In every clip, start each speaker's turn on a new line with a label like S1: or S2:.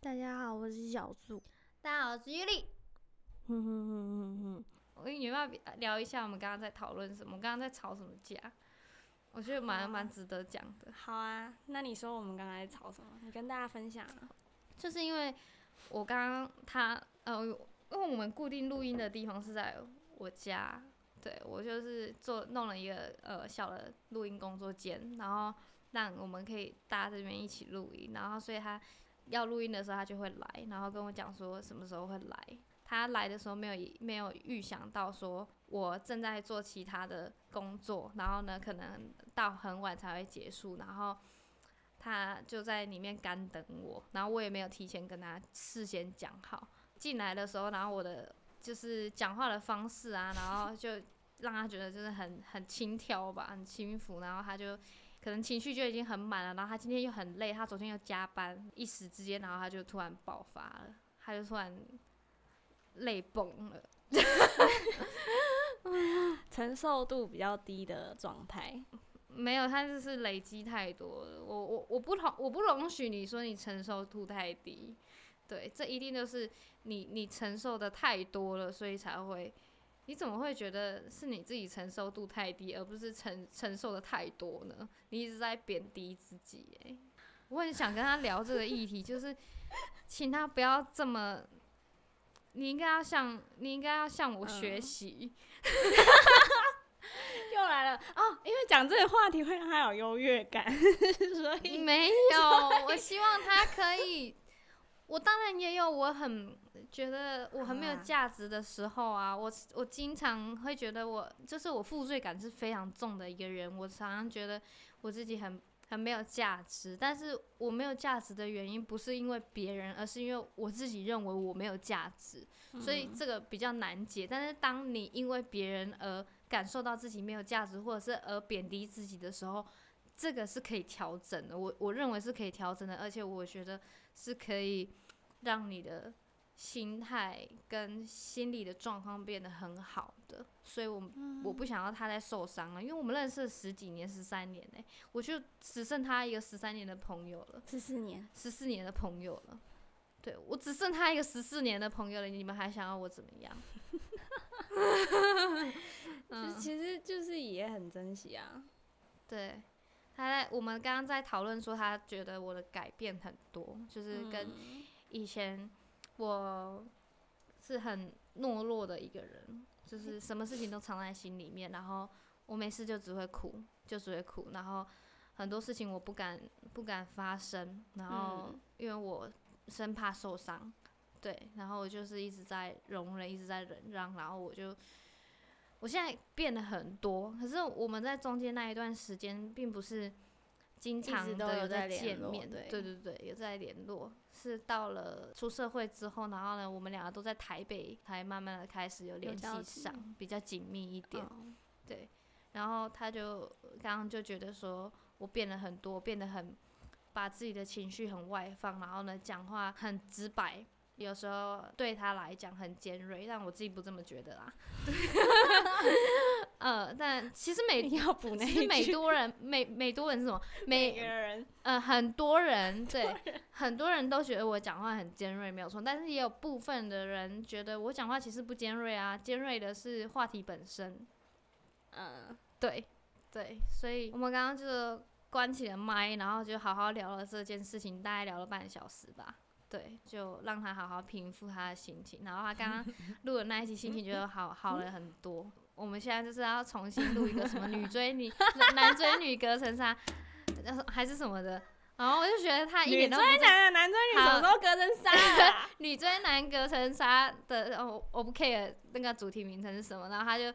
S1: 大家好，我是小树。
S2: 大家好，我是玉丽。
S1: 哼哼哼哼哼，
S2: 我跟你们聊一下我们刚刚在讨论什么，我们刚刚在吵什么架，我觉得蛮蛮值得讲的。
S1: 好啊，那你说我们刚才在吵什么？你跟大家分享啊。
S2: 就是因为我刚刚他呃，因为我们固定录音的地方是在我家，对我就是做弄了一个呃小的录音工作间，然后让我们可以大家这边一起录音，然后所以他要录音的时候他就会来，然后跟我讲说什么时候会来。他来的时候没有没有预想到说我正在做其他的工作，然后呢可能到很晚才会结束，然后他就在里面干等我，然后我也没有提前跟他事先讲好。进来的时候，然后我的就是讲话的方式啊，然后就让他觉得就是很很轻佻吧，很轻浮，然后他就可能情绪就已经很满了，然后他今天又很累，他昨天又加班，一时之间，然后他就突然爆发了，他就突然泪崩了。
S1: 承受度比较低的状态，
S2: 没有，他就是累积太多了。我我我不同，我不容许你说你承受度太低。对，这一定就是你你承受的太多了，所以才会。你怎么会觉得是你自己承受度太低，而不是承承受的太多呢？你一直在贬低自己、欸。我很想跟他聊这个议题，就是请他不要这么。你应该要向你应该要向我学
S1: 嗯
S2: 习。
S1: 又来了哦。因为讲这个话题会让他有优越感， 所以
S2: 没有，我希望他可以。我当然也有我很觉得我很没有
S1: 啊
S2: 价值的时候啊，我我经常会觉得我就是我负罪感是非常重的一个人，我常常觉得我自己很很没有价值，但是我没有价值的原因不是因为别人，而是因为我自己认为我没有价值，所以这个比较难解。但是当你因为别人而感受到自己没有价值，或者是而贬低自己的时候，这个是可以调整的。我我认为是可以调整的，而且我觉得是可以让你的心态跟心理的状况变得很好的。所以我，我、不想要他再受伤了，因为我们认识了十几年、十三年嘞、欸我就只剩他一个十三年的朋友了。
S1: 十四年，
S2: 十四年的朋友了。对我只剩他一个十四年的朋友了，你们还想要我怎么样？
S1: 就是其实就是也很珍惜啊。
S2: 对，他在我们刚刚在讨论说，他觉得我的改变很多，
S1: 嗯
S2: 就是跟以前我是很懦弱的一个人，就是什么事情都藏在心里面，然后我没事就只会哭，就只会哭，然后很多事情我不敢不敢发声，然后因为我生怕受伤，对，然后我就是一直在容忍，一直在忍让，然后我就。我现在变得很多，可是我们在中间那一段时间，并不是经常
S1: 一直都
S2: 的
S1: 有在
S2: 在
S1: 联
S2: 见
S1: 络
S2: 面，
S1: 对
S2: 对对对，有在联络。是到了出社会之后，然后呢，我们两个都在台北，才慢慢的开始有联
S1: 交
S2: 系
S1: 集
S2: 上，比较紧密一点。
S1: 哦
S2: 对，然后他就刚刚就觉得说我变了很多，变得很把自己的情绪很外放，然后呢讲话很直白，有时候对他来讲很尖锐，但我自己不这么觉得啦。 呃，但其实美
S1: 你要补那
S2: 其
S1: 一
S2: 实美
S1: 句，
S2: 多人美美多人是什么美
S1: 每个人
S2: 呃，很多人对，很多人都觉得我讲话很尖锐，没有错。但是也有部分的人觉得我讲话其实不尖锐啊，尖锐的是话题本身。
S1: 嗯，
S2: 对，对，所以我们刚刚就关起了麦，然后就好好聊了这件事情，大概聊了半小时吧。对，就让他好好平复他的心情。然后 他刚刚录的那一期心情就好好了很多。我们现在就是要重新录一个什么女 追女、男男追女隔层纱，呃还是什么的。然后我就觉得他一
S1: 女
S2: 点都不
S1: 追
S2: 在
S1: 男啊，男追女，什么时候隔成纱了 啊？
S2: 女追男隔层纱的，哦，我不 care 那个主题名称是什么，然后他就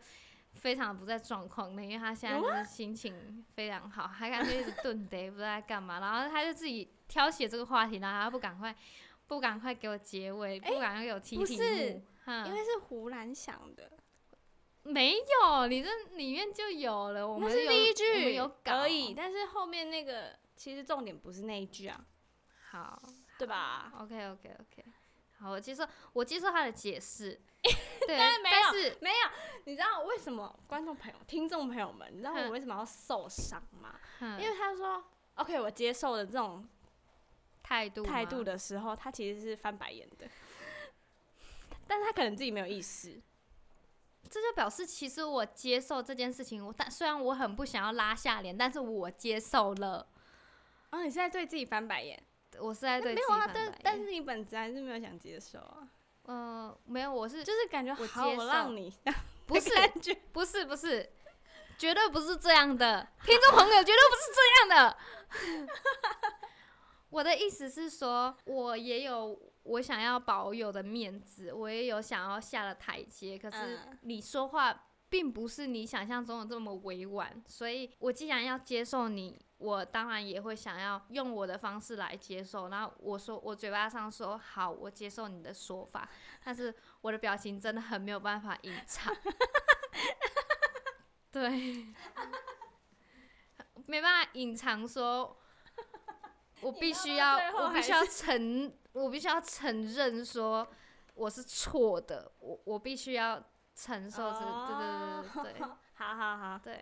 S2: 非常不在状况内，因为他现在就是心情非常好，他感觉一直顿得不知道在干嘛，然后他就自己挑起这个话题，然后他不赶快不赶快给我结尾，哎不赶快给我提
S1: 不
S2: 题
S1: 是
S2: 目，哈
S1: 因为是胡兰想的，
S2: 没有，你这里面就有了，我
S1: 那
S2: 们
S1: 是
S2: 有
S1: 第一
S2: 我们
S1: 句
S2: 有搞
S1: 而已，，但是后面那个其实重点不是那一句啊，
S2: 好。
S1: 对吧？
S2: OK OK OK，好，我接受我接受他的解 释，对，
S1: 但是没有
S2: 但是
S1: 没有，你知道为什么观众朋友、听众朋友们，你知道
S2: 嗯
S1: 我为什么要受伤吗？
S2: 嗯
S1: 因为他说 OK，我接受了这种
S2: 态度
S1: 态
S2: 吗
S1: 度，的时候，他其实是翻白眼的， 但是他可能自己没有意识。
S2: 这就表示其实我接受这件事情，我但虽然我很不想要拉下脸，但是我接受了，
S1: 哦，你是在对自己翻白眼？
S2: 我是在对
S1: 没有
S2: 自己
S1: 啊，
S2: 翻
S1: 但
S2: 白
S1: 但
S2: 眼
S1: 是你本质还是没有想接受啊，
S2: 呃，没有，我是
S1: 就是感觉
S2: 我
S1: 好，
S2: 接
S1: 我
S2: 受
S1: 让你
S2: 不是
S1: 感觉
S2: 不是不是，绝对不是这样的，听众朋友绝对不是这样的。 我的意思是说，我也有我想要保有的面子，我也有想要下的台阶，可是
S1: 嗯
S2: 你说话并不是你想象中的这么委婉，所以我既然要接受你。我当然也会想要用我的方式来接受，然后我说我嘴巴上说好，我接受你的说法，但是我的表情真的很没有办法隐藏。对，没办法隐藏说，我必须要
S1: 你到最，后
S2: 我必须
S1: 还
S2: 要承，我必须要承认说我是错的，我我必须要承受这，对对对对对
S1: 哦 好好好，
S2: 对，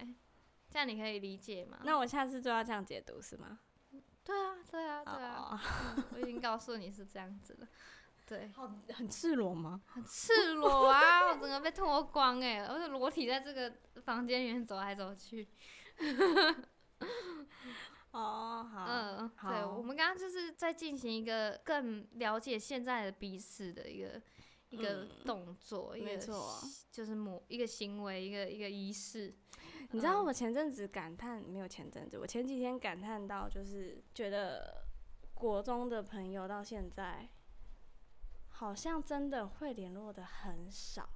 S2: 这样你可以理解吗？
S1: 那我下次就要这样解读是吗？
S2: 对啊对啊对啊，
S1: 哦，
S2: 嗯我已经告诉你是这样子了，对。
S1: 好，哦很赤裸吗？
S2: 很赤裸啊！我整个被脱光哎、 我是裸体在这个房间里面走来走去。
S1: 哦，好，
S2: 嗯，对，
S1: 好
S2: 我们刚刚就是在进行一个更了解现在的彼此的一个一个
S1: 嗯
S2: 动作，一
S1: 没
S2: 个
S1: 错
S2: 行就是模一个行为，一个一个仪式。
S1: 你知道
S2: 嗯
S1: 我前阵子感叹，没有前阵子，我前几天感叹到，就是觉得国中的朋友到现在，好像真的会联络的很少。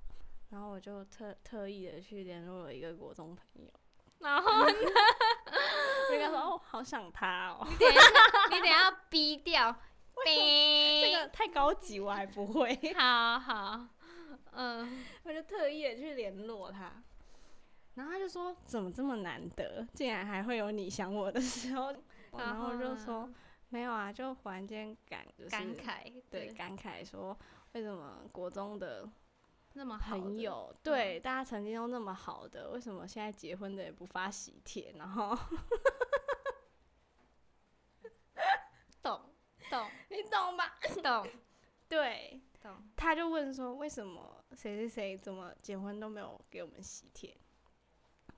S1: 然后我就特特意的去联络了一个国中朋友，
S2: 然后
S1: 我
S2: 你
S1: 就跟他说：“哦，好想他 哦，
S2: 等一下，你等一下要逼 掉，逼”
S1: 这个太高级，我还不会。
S2: 好好，嗯，
S1: 我就特意的去联络他，然后他就说：“怎么这么难得，竟然还会有你想我的时 候？”然后我就说
S2: 呢：“
S1: 没有啊，就忽然间感就是
S2: 感慨，
S1: 对，感慨说，为什么国中的
S2: 那么好
S1: 朋
S2: 的，
S1: 友嗯对大家曾经都那么好的，为什么现在结婚的也不发喜帖？然后
S2: 懂 懂
S1: 你懂吧？
S2: 懂
S1: 对，
S2: 懂，
S1: 他就问说，为什么谁谁谁怎么结婚都没有给我们喜帖？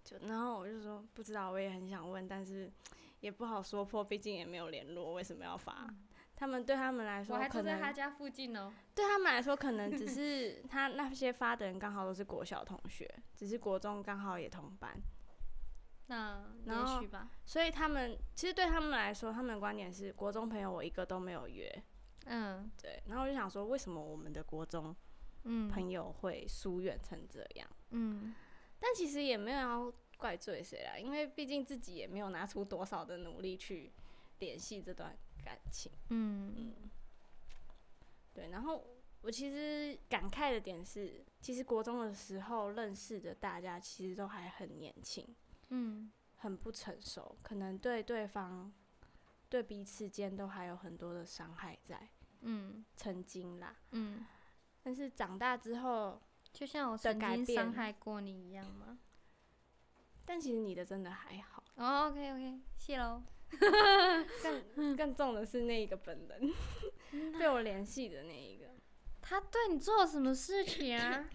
S1: 就然后我就说不知道，我也很想问，但是也不好说破，毕竟也没有联络，为什么要发？他们对他们来说，
S2: 嗯我还
S1: 可
S2: 住在
S1: 能
S2: 他家附近哦。
S1: 对他们来说，可能只 是他那些发的人刚好都是国小同学，只是国中刚好也同班，
S2: 那
S1: 然
S2: 也
S1: 后
S2: 许吧，
S1: 所以他们其实对他们来说，他们的观点是国中朋友我一个都没有约。
S2: 嗯
S1: 对，然后我就想说，为什么我们的国中
S2: 嗯
S1: 朋友会疏远成这样？
S2: 嗯，
S1: 但其实也没有要怪罪谁啦，因为毕竟自己也没有拿出多少的努力去联系这段感情。
S2: 嗯，
S1: 对，然后我其实感慨的点是，其实国中的时候认识的大家其实都还很年轻，
S2: 嗯，
S1: 很不成熟，可能对对方、对彼此间都还有很多的伤害在，
S2: 嗯，
S1: 曾经啦。
S2: 嗯，
S1: 但是长大之后，
S2: 就像我
S1: 的
S2: 曾
S1: 改
S2: 经伤
S1: 变
S2: 害过你一样吗、
S1: 但其实你的真的还好，
S2: 哦 o k OK，谢喽。
S1: 更更重的是那一个本人 被我联系的那一个，
S2: 他对你做了什么事情 啊？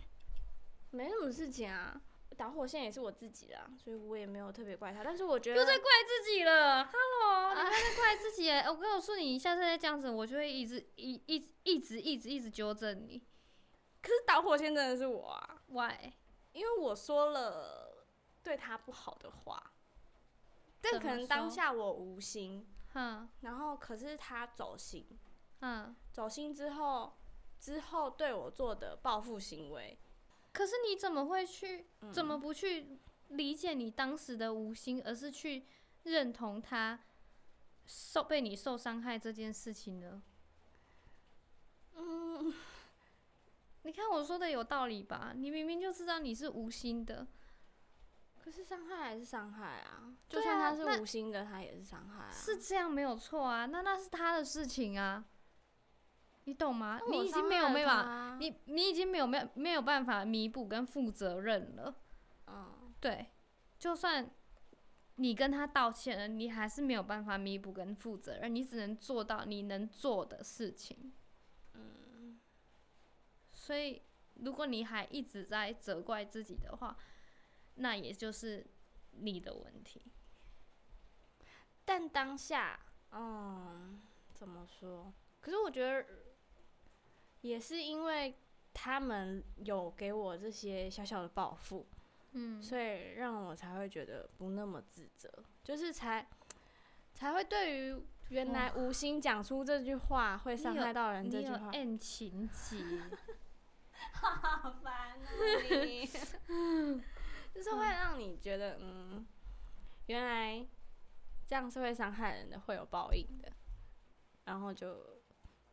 S1: 没什么事情啊。导火线也是我自己啦，所以我也没有特别怪他。但是我觉
S2: 又
S1: 得
S2: 在怪自己了，Hello，你还在怪自己耶、我跟我说你下次再这样子，我就会一直一一直一直一直一直纠正你。
S1: 可是导火线真的是我啊。
S2: Why？
S1: 因为我说了对他不好的话，但
S2: 怎
S1: 可
S2: 么
S1: 能当
S2: 说
S1: 下我无心，
S2: 哼
S1: 然后可是他走心，
S2: 哼，
S1: 走心之后，之后对我做的报复行为，
S2: 可是你怎么会去？
S1: 嗯
S2: 怎么不去理解你当时的无心，而是去认同他受被你受伤害这件事情呢？
S1: 嗯，
S2: 你看我说的有道理吧？你明明就知道你是无心的，
S1: 可是伤害还是伤害啊，
S2: 对
S1: 就
S2: 啊
S1: 算他
S2: 那
S1: 是无心的，他也是伤害啊。
S2: 是这样没有错啊。那那是他的事情啊，你懂吗
S1: 那？我
S2: 你已经
S1: 伤
S2: 没有
S1: 害了
S2: 没
S1: 他
S2: 法，
S1: 啊，
S2: 你你已经没有没有没有办法弥补跟负责任了。
S1: 嗯，
S2: 对，就算你跟他道歉了，你还是没有办法弥补跟负责任，你只能做到你能做的事情。
S1: 嗯，
S2: 所以，如果你还一直在责怪自己的话，那也就是你的问题。
S1: 但当下，嗯，怎么说？可是我觉得也是因为他们有给我这些小小的报复，
S2: 嗯
S1: 所以让我才会觉得不那么自责，就是才才会对于原来无心讲出这句话会伤
S2: 你有
S1: 害到人这
S2: 你
S1: 句
S2: 有
S1: 话，
S2: N 情 节，
S1: 好烦哦你， 就是会让你觉得嗯，原来这样是会伤害人的，会有报应的，然后就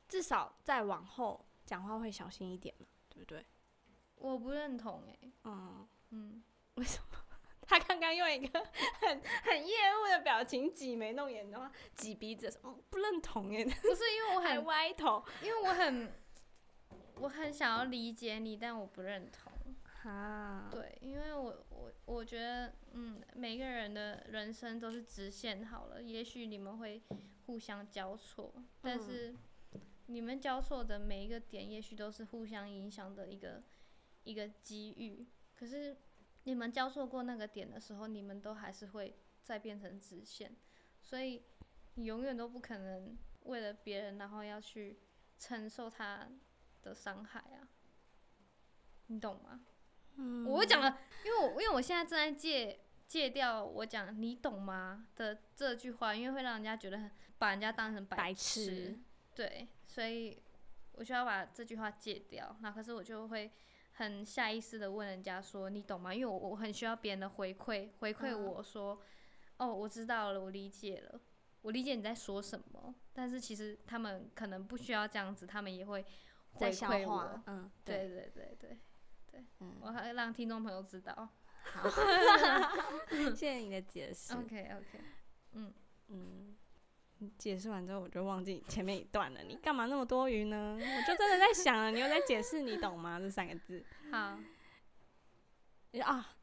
S1: 至少再往后讲话会小心一点嘛，对不对？
S2: 我不认同哎、
S1: 嗯，
S2: 嗯，
S1: 他刚刚用一个很很业务的表情挤眉弄眼的话，挤鼻子的时候，嗯，不认同耶，
S2: 不是因为我
S1: 还
S2: 很，
S1: 歪头
S2: 因为我很，我很想要理解你，但我不认同。
S1: 啊，
S2: 对，因为我我我觉得，嗯，每个人的人生都是直线好了，也许你们会互相交错，但
S1: 嗯
S2: 是你们交错的每一个点，也许都是互相影响的一个一个机遇。可是你们交错过那个点的时候，你们都还是会再变成直线，所以你永远都不可能为了别人，然后要去承受他的伤害啊，你懂吗？
S1: 嗯
S2: 我讲了，因为我因为我现在正在戒戒掉我讲你懂吗的这句话，因为会让人家觉得很把人家当成白
S1: 白痴
S2: 对，所以我就要把这句话戒掉。那可是我就会很下意识的问人家说你懂吗？因为我我很需要别人的回馈，回馈
S1: 嗯
S2: 我说、哦我知道了，我理解了。我理解你在说什么，但是其实他们可能不需要这样子，他们也会回
S1: 在消
S2: 馈我
S1: 化。，嗯，
S2: 对，对对对对，
S1: 嗯
S2: 我还让听众朋友知道。
S1: 谢谢你的解释。
S2: OK OK，
S1: 嗯，你解释完之后我就忘记前面一段了。你干嘛那么多余呢？我就真的在想了，你又在解释，你懂吗？ 这三个字
S2: 好，
S1: 啊，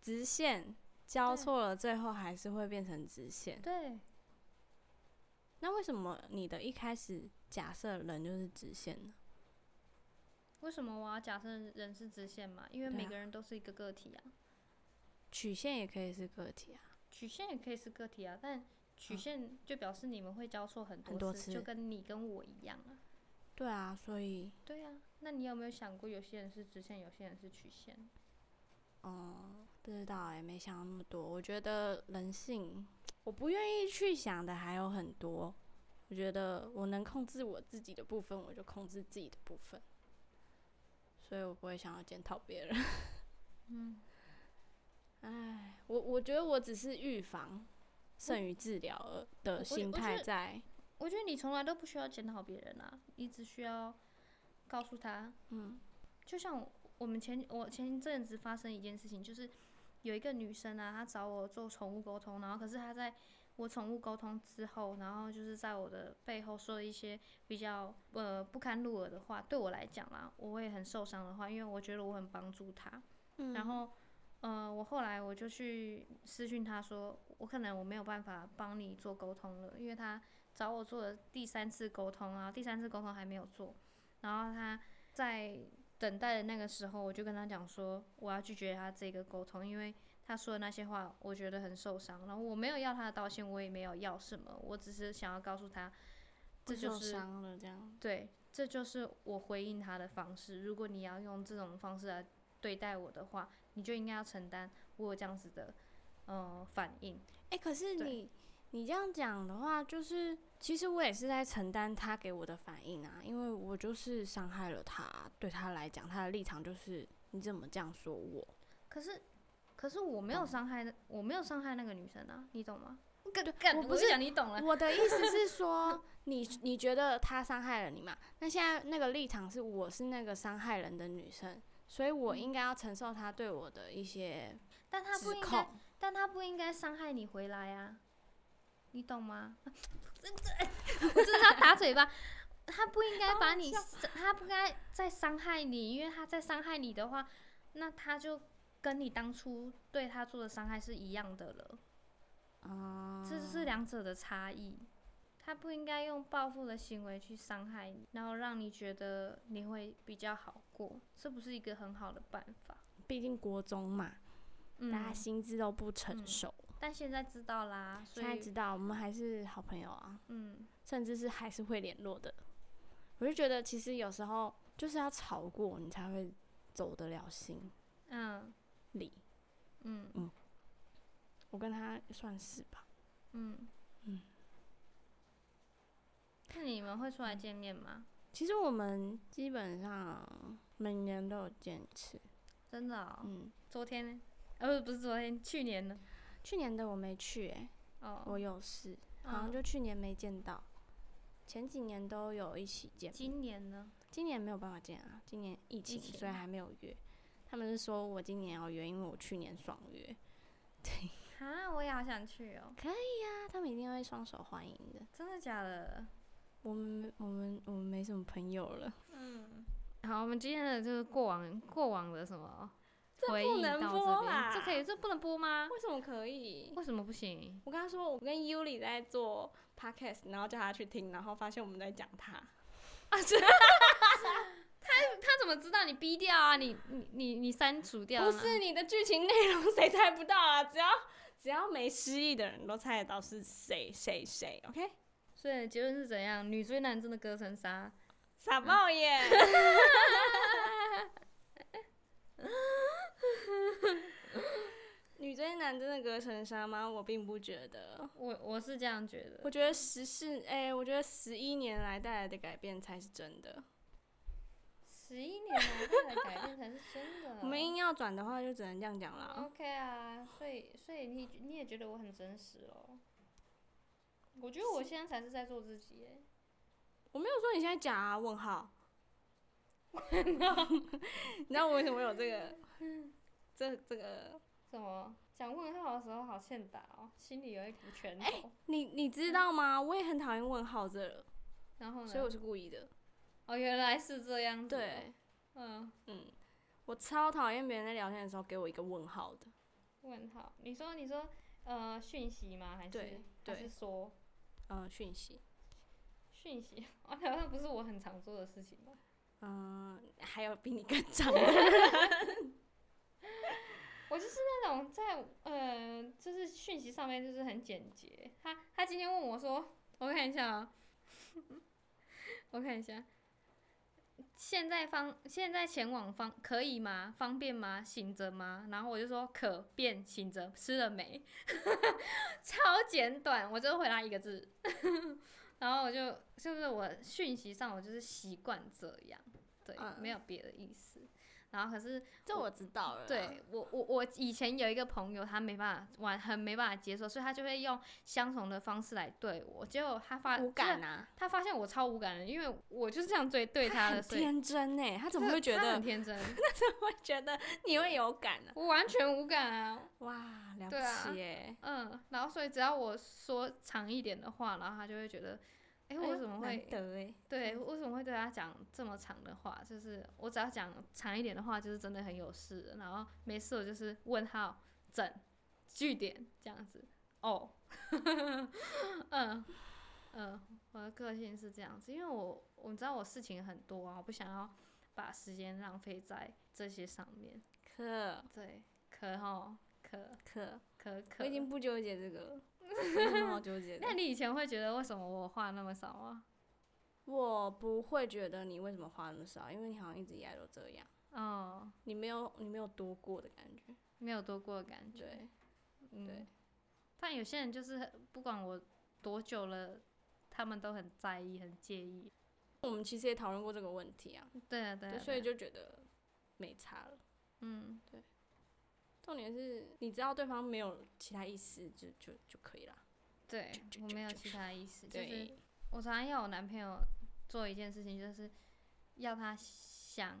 S1: 直线交
S2: 对
S1: 错了，最后还是会变成直线。
S2: 对，
S1: 那为什么你的一开始假设人就是直线呢？
S2: 为什么我要假设人是直线嘛？因为
S1: 对
S2: 每
S1: 啊
S2: 个人都是一个个体啊，
S1: 曲线也可以是个体啊。
S2: 曲线也可以是个体啊，但曲
S1: 嗯
S2: 线就表示你们会交错很
S1: 很多
S2: 次，就
S1: 次
S2: 跟你跟我一样啊。
S1: 对啊，所以
S2: 对啊，那你有没有想过，有些人是直线，有些人是曲线？
S1: 嗯，不知道哎、没想到那么多。我觉得人性，我不愿意去想的还有很多。我觉得我能控制我自己的部分，我就控制自己的部分，所以我不会想要检讨别人。
S2: 嗯，
S1: 唉，我我觉得我只是预防胜于治疗而
S2: 我
S1: 的
S2: 我
S1: 心
S2: 我
S1: 态
S2: 觉得
S1: 在，
S2: 我觉得你从来都不需要检讨别人啊，你只需要告诉他，
S1: 嗯
S2: 就像我们前我前一阵子发生一件事情，就是有一个女生啊，她找我做宠物沟通，然后可是她在我宠物沟通之后，然后就是在我的背后说了一些比较呃不堪入耳的话，对我来讲啦，我会很受伤的话，因为我觉得我很帮助她，
S1: 嗯
S2: 然后，呃，我后来我就去私讯他说，我可能我没有办法帮你做沟通了，因为他找我做了第三次沟通啊，第三次沟通还没有做，然后他在等待的那个时候，我就跟他讲说，我要拒绝他这个沟通，因为他说的那些话，我觉得很受伤，然后我没有要他的道歉，我也没有要什么，我只是想要告诉他，这
S1: 这
S2: 就
S1: 就是伤了这样。
S2: 对，这就是我回应他的方式。如果你要用这种方式来对待我的话，你就应该要承担我有这样子的呃反应。
S1: 哎、可是
S2: 对
S1: 你你这样讲的话，就是其实我也是在承担他给我的反应啊，因为我就是伤害了他，对他来讲，他的立场就是你怎么这样说我？
S2: 可是，可是我没有伤害那，我没有伤害那个女生啊，你懂吗？干
S1: 我
S2: 干，
S1: 不
S2: 我就是讲你懂了。
S1: 我的意思是说，你你觉得他伤害了你嘛？那现在那个立场是我是那个伤害人的女生，所以我
S2: 嗯
S1: 应该要承受他对我的一些
S2: 但他不
S1: 指
S2: 应该
S1: 控，。
S2: 但他不应该伤害你回来啊，你懂 吗？这这，我真的要打嘴巴。他不应该把你，他不该再伤害你，因为他再伤害你的话，那他就跟你当初对他做的伤害是一样的了。
S1: 啊，
S2: 这就是两者的差异。他不应该用报复的行为去伤害你，然后让你觉得你会比较好过，这不是一个很好的办法。
S1: 毕竟国中嘛，
S2: 嗯，
S1: 大家心智都不成
S2: 嗯
S1: 熟。
S2: 但现在知道啦，所
S1: 现在知
S2: 以
S1: 道我们还是好朋友啊，
S2: 嗯，
S1: 甚至是还是会联络的。我就觉得其实有时候就是要吵过，你才会走得了心
S2: 嗯
S1: 里。
S2: 嗯
S1: 我跟他算是吧，
S2: 嗯
S1: 嗯。
S2: 那你们会出来见面吗？
S1: 其实我们基本上每年都有见一次。
S2: 真的、哦？
S1: 嗯，
S2: 昨天呢？呃，不是昨天，去年呢？
S1: 去年的我没去、欸，
S2: 哦，
S1: 我有事，好像
S2: 嗯
S1: 就去年没见到。前几年都有一起见，
S2: 今年呢？
S1: 今年没有办法见啊，今年疫情，
S2: 情
S1: 所以还没有约。他们是说我今年要约，因为我去年爽约。
S2: 啊，我也好想去哦！
S1: 那他们一定会双手欢迎的。
S2: 真的假的？
S1: 我们我们我们没什么朋友了，
S2: 嗯，好，我们今天的就是过往过往的什么回
S1: 不
S2: 忆到
S1: 能
S2: 这
S1: 播
S2: 边，这
S1: 啦
S2: 可以，这不能播吗？
S1: 为什么可以？
S2: 为什么不行？
S1: 我跟他说，我跟 Yuli 在做 podcast，然后叫他去听，然后发现我们在讲他。
S2: 他怎么知道你逼掉啊？你你你你删除掉
S1: 不
S2: 吗
S1: 是你的剧情内容谁猜不到啊？只要只要没失忆的人都猜得到是谁谁谁，OK？
S2: 所以结论是怎样？女追男真的隔层纱？
S1: 傻爆 耶！女追男真的隔层纱吗？我并不觉得。
S2: 我我是这样觉得
S1: 我。觉得十四，哎、我觉得十一年来带来的改变才是真的。
S2: 十一年来带来改变才是 真的
S1: 我们硬要转的话，就只能这样讲啦。
S2: OK 啊，所以所以你你也觉得我很真实哦？我觉得我现在才是在做自己耶。
S1: 我没有说你现在假啊，问号。 你知道我为什么会有这 个，这这个？
S2: 什么讲问号的时候好欠打哦，心里有一股拳头。
S1: 你你知道吗？我也很讨厌问号这个，
S2: 然后呢？
S1: 所以我是故意的。
S2: 哦，原来是这样子、，哦
S1: 对，
S2: 嗯，
S1: 嗯，我超讨厌别人在聊天的时候给我一个问号的，
S2: 问号。你说你说呃讯息吗？还是
S1: 对
S2: 还
S1: 对
S2: 是说
S1: 呃，讯息，
S2: 讯息？ 哦，好像不是我很常做的事情吧？
S1: 嗯、还有比你更长的，
S2: 我就是那种在呃，就是讯息上面就是很简洁。他他今天问我说，我看一下啊，我看一下，现在方现在前往方可以吗？方便吗？醒着吗？然后我就说可便醒着，吃了没？ 超简短，我就回答一个字。 然后我就就是我讯息上我就是习惯这样，对，
S1: 嗯
S2: 没有别的意思。然后可是
S1: 这我知道了啦。
S2: 对我，我我以前有一个朋友，他没办法玩，很没办法接受，所以他就会用相同的方式来对我。结果他发
S1: 无
S2: 就
S1: 感
S2: 是
S1: 啊，
S2: 他发现我超无感的，因为我就是这样对对
S1: 他
S2: 的，
S1: 很
S2: 所以
S1: 天真呢，他怎么
S2: 这
S1: 会觉
S2: 他
S1: 得
S2: 很天 真？
S1: 我觉得你会有感呢、啊
S2: 我完全无感啊，
S1: 哇，了不
S2: 对啊
S1: 起耶！
S2: 嗯，然后所以只要我说长一点的话，然后他就会觉得，哎、我怎么
S1: 哎
S2: 会、
S1: 呦难得哎？
S2: 对，为什么会对他讲这么长的话？就是我只要讲长一点的话，就是真的很有事。然后没事，我就是问号、整、句点这样子。哦， 嗯嗯，我的个性是这样子，因为我我知道我事情很多啊，我不想要把时间浪费在这些上面。
S1: 可
S2: 对，可哈，可
S1: 可，
S2: 可
S1: 我
S2: 可。
S1: 已经不纠结这个 了，没什么好纠结的
S2: 那。你以前会觉得为什么我话那么少啊？
S1: 我不会觉得你为什么花那么少，因为你好像一直以来都这样，
S2: 哦，
S1: 你没有你没有多过的感觉。
S2: 没有多过的感觉。
S1: 对，
S2: 嗯
S1: 对，
S2: 但有些人就是不管我多久了，他们都很在意、很介意。
S1: 我们其实也讨论过这个问题啊，
S2: 对啊，对
S1: 对，
S2: 啊，对
S1: 所以
S2: 啊
S1: 就觉得没差了。
S2: 嗯，
S1: 重点是你知道对方没有其他意思，就就就可以啦。
S2: 对
S1: 就
S2: 我
S1: 就
S2: 没有
S1: 就
S2: 其他意思，就是
S1: 对，
S2: 我常常要我男朋友做一件事情，就是要他想，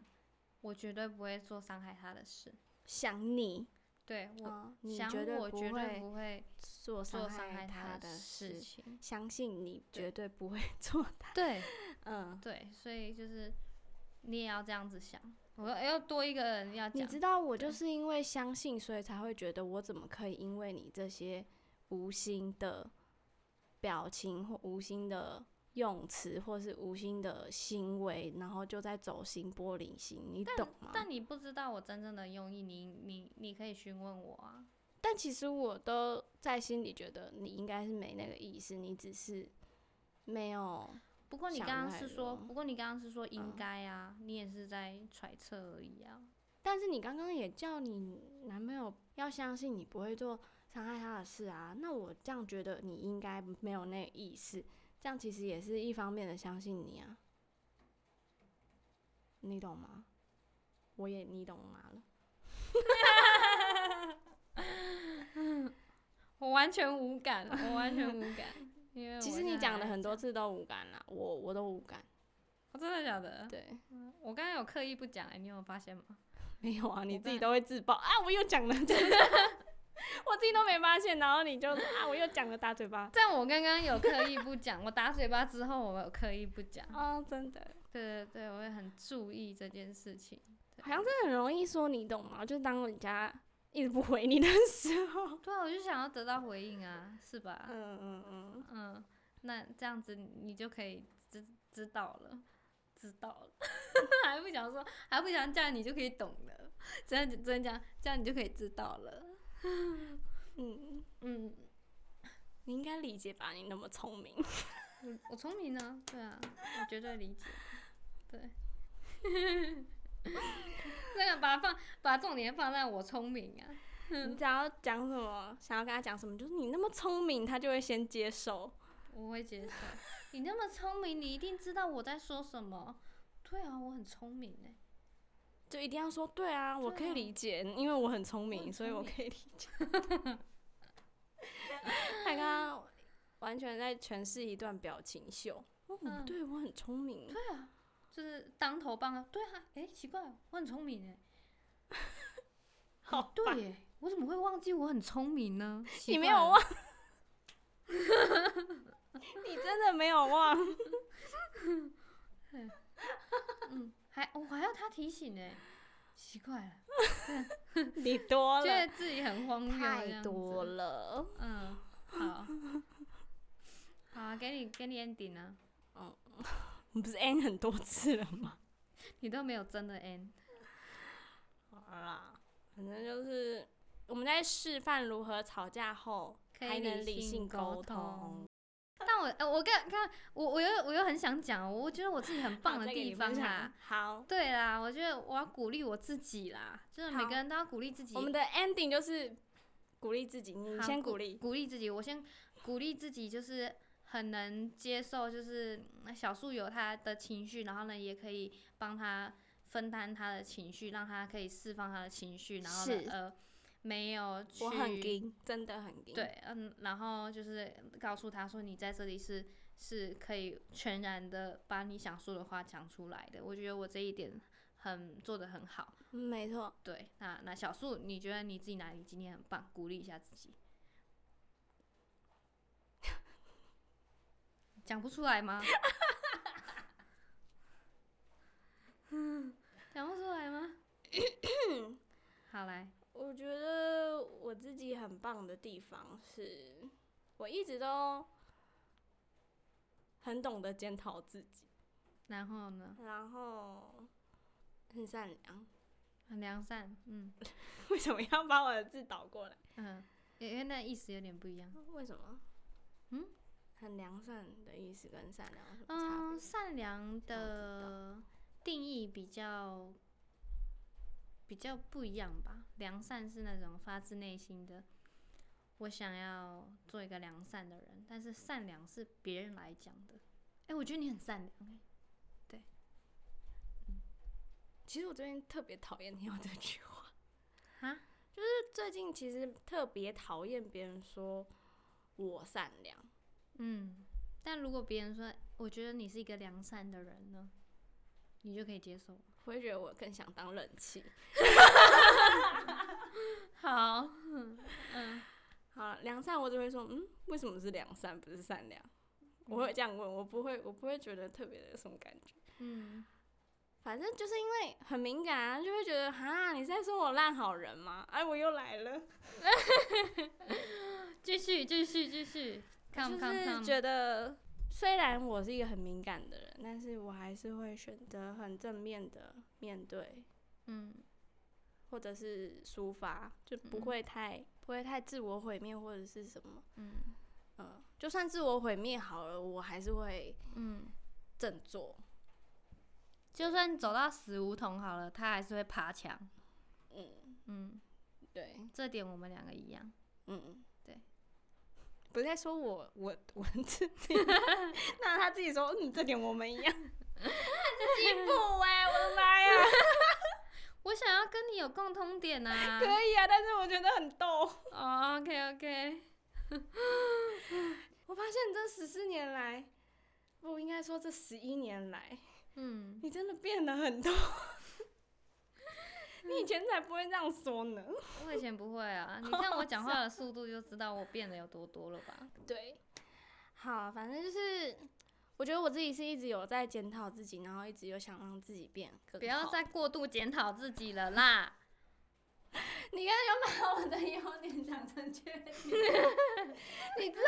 S2: 我绝对不会做伤害他的事。
S1: 想你，
S2: 对我
S1: 嗯你
S2: 想
S1: 绝对
S2: 我
S1: 不
S2: 绝对
S1: 会
S2: 不会
S1: 做
S2: 做
S1: 伤
S2: 伤害
S1: 他
S2: 的
S1: 事
S2: 事情。
S1: 相信你
S2: 对
S1: 绝对不会 做他。
S2: 对，
S1: 嗯，
S2: 对，所以就是你也要这样子想，我要要多一个人要
S1: 你
S2: 讲，
S1: 知道我就是因为相信，所以才会觉得我怎么可以因为你这些无心的表情或无心的用词，或是无心的行为，然后就在走心玻璃心，你懂吗？
S2: 但你不知道我真正的用意，你你你可以询问我啊。
S1: 但其实我都在心里觉得你应该是没那个意思，你只是没有。
S2: 不过你
S1: 想
S2: 刚刚
S1: 太
S2: 是说，
S1: 多
S2: 不过你刚刚是说应
S1: 嗯
S2: 该啊，你也是在揣测而已啊。
S1: 但是你刚刚也叫你男朋友要相信你不会做伤害他的事啊，那我这样觉得你应该没有那个意思，这样其实也是一方面的相信你啊，你懂吗？我也你懂吗了？
S2: 我完全无感，我完全无感。因为
S1: 其
S2: 我
S1: 实你
S2: 现在
S1: 讲的
S2: 还
S1: 很多
S2: 在，
S1: 次都无感啦，我我都无感，
S2: 我真的假的？
S1: 对，
S2: 我刚刚有刻意不讲，哎，你有发现吗？
S1: 没有啊，你自己
S2: 刚
S1: 都会自爆啊，我又讲 了，就是 我自己都没发现，然后你就啊，我又讲了，打嘴巴，
S2: 但我刚刚有刻意不讲，我打嘴巴之后我有刻意不讲。
S1: 哦，真的。
S2: 对对对，我也很注意这件事情。
S1: 好像真的很容易说你懂吗？就当人家一直不回你的时候，
S2: 对啊，我就想要得到回应啊，是吧？
S1: 嗯嗯嗯，
S2: 嗯，那这样子你就可以知知道了，知道了， 还不想说，还不想这样你就可以懂了，这样这样讲，这样你就可以知道了。
S1: 嗯，
S2: 嗯，
S1: 你应该理解吧？你那么聪明，
S2: 我嗯我聪明呢，对啊，我绝对理解，对。 那个把它放把重点放在我聪明啊，
S1: 你只要讲什么，想要跟他讲什么，就是你那么聪明，他就会先接受。
S2: 我会接受。你那么聪明，你一定知道我在说什么。对啊，我很聪明哎、
S1: 就一定要说对啊，我可以理解，因为我很聪明，
S2: 我很
S1: 所以
S2: 聪
S1: 我
S2: 明
S1: 可以理 解。他刚刚完全在诠释一段表情秀，哦，
S2: 嗯
S1: 对我很聪明，
S2: 就是当头棒啊。对啊，哎、奇怪，我很聪明哎、
S1: 好
S2: 对
S1: 吧，
S2: 耶，我怎么会忘记我很聪明呢？
S1: 你
S2: 奇
S1: 没
S2: 怪
S1: 有
S2: 了
S1: 忘，你真的没有忘。
S2: 嗯，还我还要他提醒呢，奇怪了，
S1: 你 多
S2: 觉得自己很荒谬，
S1: 太多。了。
S2: 嗯，好，好啊，给你给你 ending 啊，
S1: 你不是 N 很多次了吗？
S2: 你都没有真的 end，
S1: 好啦，反正就是我们在示范如何吵架后
S2: 可以
S1: 还能
S2: 理
S1: 理
S2: 性
S1: 性
S2: 沟
S1: 沟
S2: 通。但我呃我跟看我我又我又很想讲，我觉得我自己很棒的地方啦。
S1: 啊！好，
S2: 对啦，我觉得我要鼓励我自己啦，就是每
S1: 好
S2: 个人都要鼓励自己。
S1: 我们的 ending 就是鼓励自己，你
S2: 好
S1: 先鼓励。
S2: 鼓励自己，我先鼓励自己，就是很能接受，就是嗯小树有他的情绪，然后呢，也可以帮他分担他的情绪，让他可以释放他的情绪，然后呢
S1: 是
S2: 呃，没有去
S1: 我很硬，真的很硬。，
S2: 对，嗯，然后就是告诉他说，你在这里是是可以全然的把你想说的话讲出来的。我觉得我这一点很做的很好。
S1: 嗯没错。
S2: 对，那那小树，你觉得你自己哪里今天很棒？鼓励一下自己。 讲不出来吗？ 讲不出来吗？ 好来，
S1: 我觉得我自己很棒的地方是，我一直都很懂得检讨自己，
S2: 然后呢？
S1: 然后很善良。
S2: 很良善，嗯
S1: 为什么要把我的字倒过来？
S2: 嗯，因为那意思有点不一样。
S1: 为什么？
S2: 嗯，
S1: 很良善的意思跟善良有什么差别？
S2: 嗯，善良的定义比较比较不一样吧。良善是那种发自内心的，我想要做一个良善的人，但是善良是别人来讲的。哎、我觉得你很善良哎、
S1: 其实我最近特别讨厌听到这句话，
S2: 哈，
S1: 就是最近其实特别讨厌别人说我善良，
S2: 嗯。但如果别人说我觉得你是一个良善的人呢，你就可以接受。
S1: 我会觉得我更想当冷气。
S2: 好，
S1: 好了，良善我只会说，嗯，为什么是良善不是善良？我会这样问，我不会，我不会觉得特别的什么感觉。
S2: 嗯，
S1: 反正就是因为很敏感啊，就会觉得哈，你在说我烂好人吗？哎，我又来了。
S2: 继续继续继续，come
S1: 就
S2: come
S1: 是
S2: come，
S1: 觉得虽然我是一个很敏感的人，但是我还是会选择很正面的面对，
S2: 嗯
S1: 或者是抒发，就不
S2: 嗯
S1: 会太、不会太自我毁灭或者是什么。
S2: 嗯
S1: 嗯，就算自我毁灭好了，我还是会
S2: 嗯，
S1: 振作。
S2: 就算走到死胡同好了，他还是会爬墙。
S1: 嗯，
S2: 嗯，
S1: 对，
S2: 这点我们两个一样。
S1: 嗯，
S2: 对。
S1: 不是在说我我我自己， 那他自己说，嗯，这点我们一样，进步哎、我的妈呀！
S2: 我想要跟你有共通点啊。
S1: 可以啊，但是我觉得很逗。
S2: 哦，OK，OK、o k OK，
S1: 我发现这十四年来，不应该说这十一年来，
S2: 嗯，
S1: 你真的变得 很多。你以前才不会这样说呢。
S2: 我以前不 会啊，你看我讲话的速度就知道我变得有多多了吧？
S1: 对，好，反正就是，我觉得我自己是一直有在检讨自己，然后一直有想让自己变更好。
S2: 不要再过度检讨自己了啦。
S1: 你刚刚有把我的优点讲成缺点， 你知道，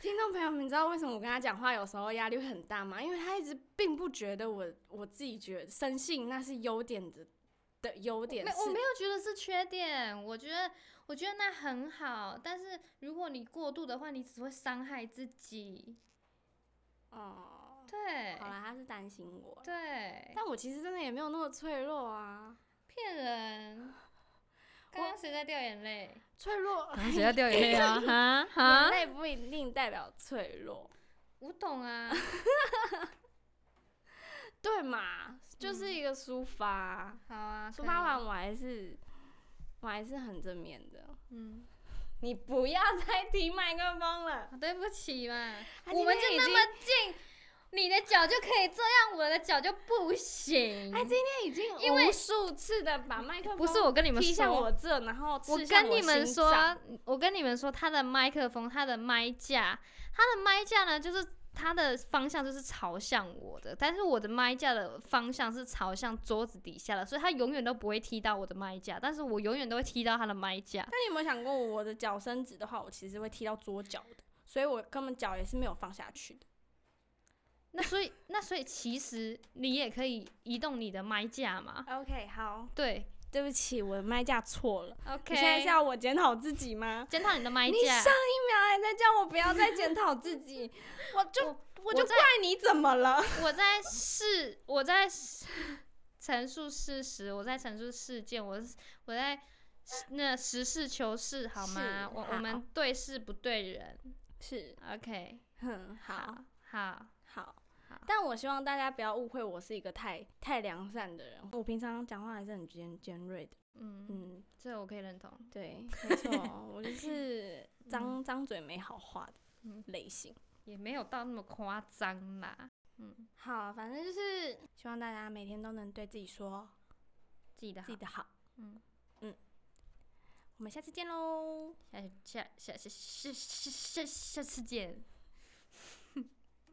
S1: 听众朋友们，你知道为什么我跟他讲话有时候压力会很大吗？因为他一直并不觉得我我自己觉得深信那是优点的的优点
S2: 没，
S1: 是，
S2: 我没有觉得是缺点，我觉得我觉得那很好，但是如果你过度的话，你只会伤害自己。
S1: 哦，
S2: 对
S1: 好，啦，他是担心我，
S2: 对，
S1: 但我其实真的也没有那么脆弱啊，
S2: 骗人。刚刚谁在掉眼泪？
S1: 脆 弱，
S2: 谁在 掉眼泪啊？哈
S1: 眼，泪不一定代表脆弱，
S2: 我懂啊。
S1: 对嘛，就是一个抒发，
S2: 好啊，
S1: 抒
S2: 可
S1: 发
S2: 以，
S1: 完我还是我还是很正面的。
S2: 嗯，啊
S1: 你不要再提麦克风了。
S2: 对不起嘛，
S1: 他今
S2: 我们就
S1: 天已
S2: 那
S1: 经
S2: 么近，你的脚就可以这样，我的脚就不行。
S1: 他今天已经
S2: 因为
S1: 无数次的把麦克风
S2: 哦不是我跟你们
S1: 踢向
S2: 说，
S1: 我这，然后
S2: 我
S1: 刺向
S2: 跟你们
S1: 心
S2: 说
S1: 脏，
S2: 我跟你们说，它的麦克风，它的麦架，它的麦架呢，就是它的方向就是朝向我的，但是我的麦架的方向是朝向桌子底下的，所以它永远都不会踢到我的麦架，但是我永远都会踢到它的麦架。
S1: 那你有没有想过，我的脚伸直的话，我其实会踢到桌角的，所以我根本脚也是没有放下去的。
S2: 那所以，那所以其实你也可以移动你的麦架嘛？
S1: OK，好，
S2: 对
S1: 对不起，我的麦架错了。
S2: ，OK。
S1: 你现在是要我检讨自己吗？
S2: 检讨你的麦
S1: 啊你
S2: 架
S1: 上。一秒还在叫我不要再检讨自己， 我就
S2: 我
S1: 我就
S2: 在
S1: 怪你怎么了？
S2: 我在事，我在事陈述事实，我在陈述事件，我是我在实那实事求是，好
S1: 是
S2: 吗？我
S1: 好
S2: 我们对事不对人
S1: 是，
S2: ，OK，
S1: 哼，好
S2: 好，好，
S1: 好
S2: 好，
S1: 但我希望大家不要误会我是一个太太良善的人，我平常讲话还是很尖尖锐的。
S2: 嗯，
S1: 嗯，
S2: 这我可以认同，
S1: 对，没错，我就是张张嘴没好话的
S2: 嗯
S1: 类型。
S2: 也没有到那么夸张啦，嗯，
S1: 好，反正就是希望大家每天都能对自己说
S2: 记得好
S1: 自己，的好。
S2: 嗯
S1: 嗯，我们下次见喽。
S2: 哎下下下下下下下下次见。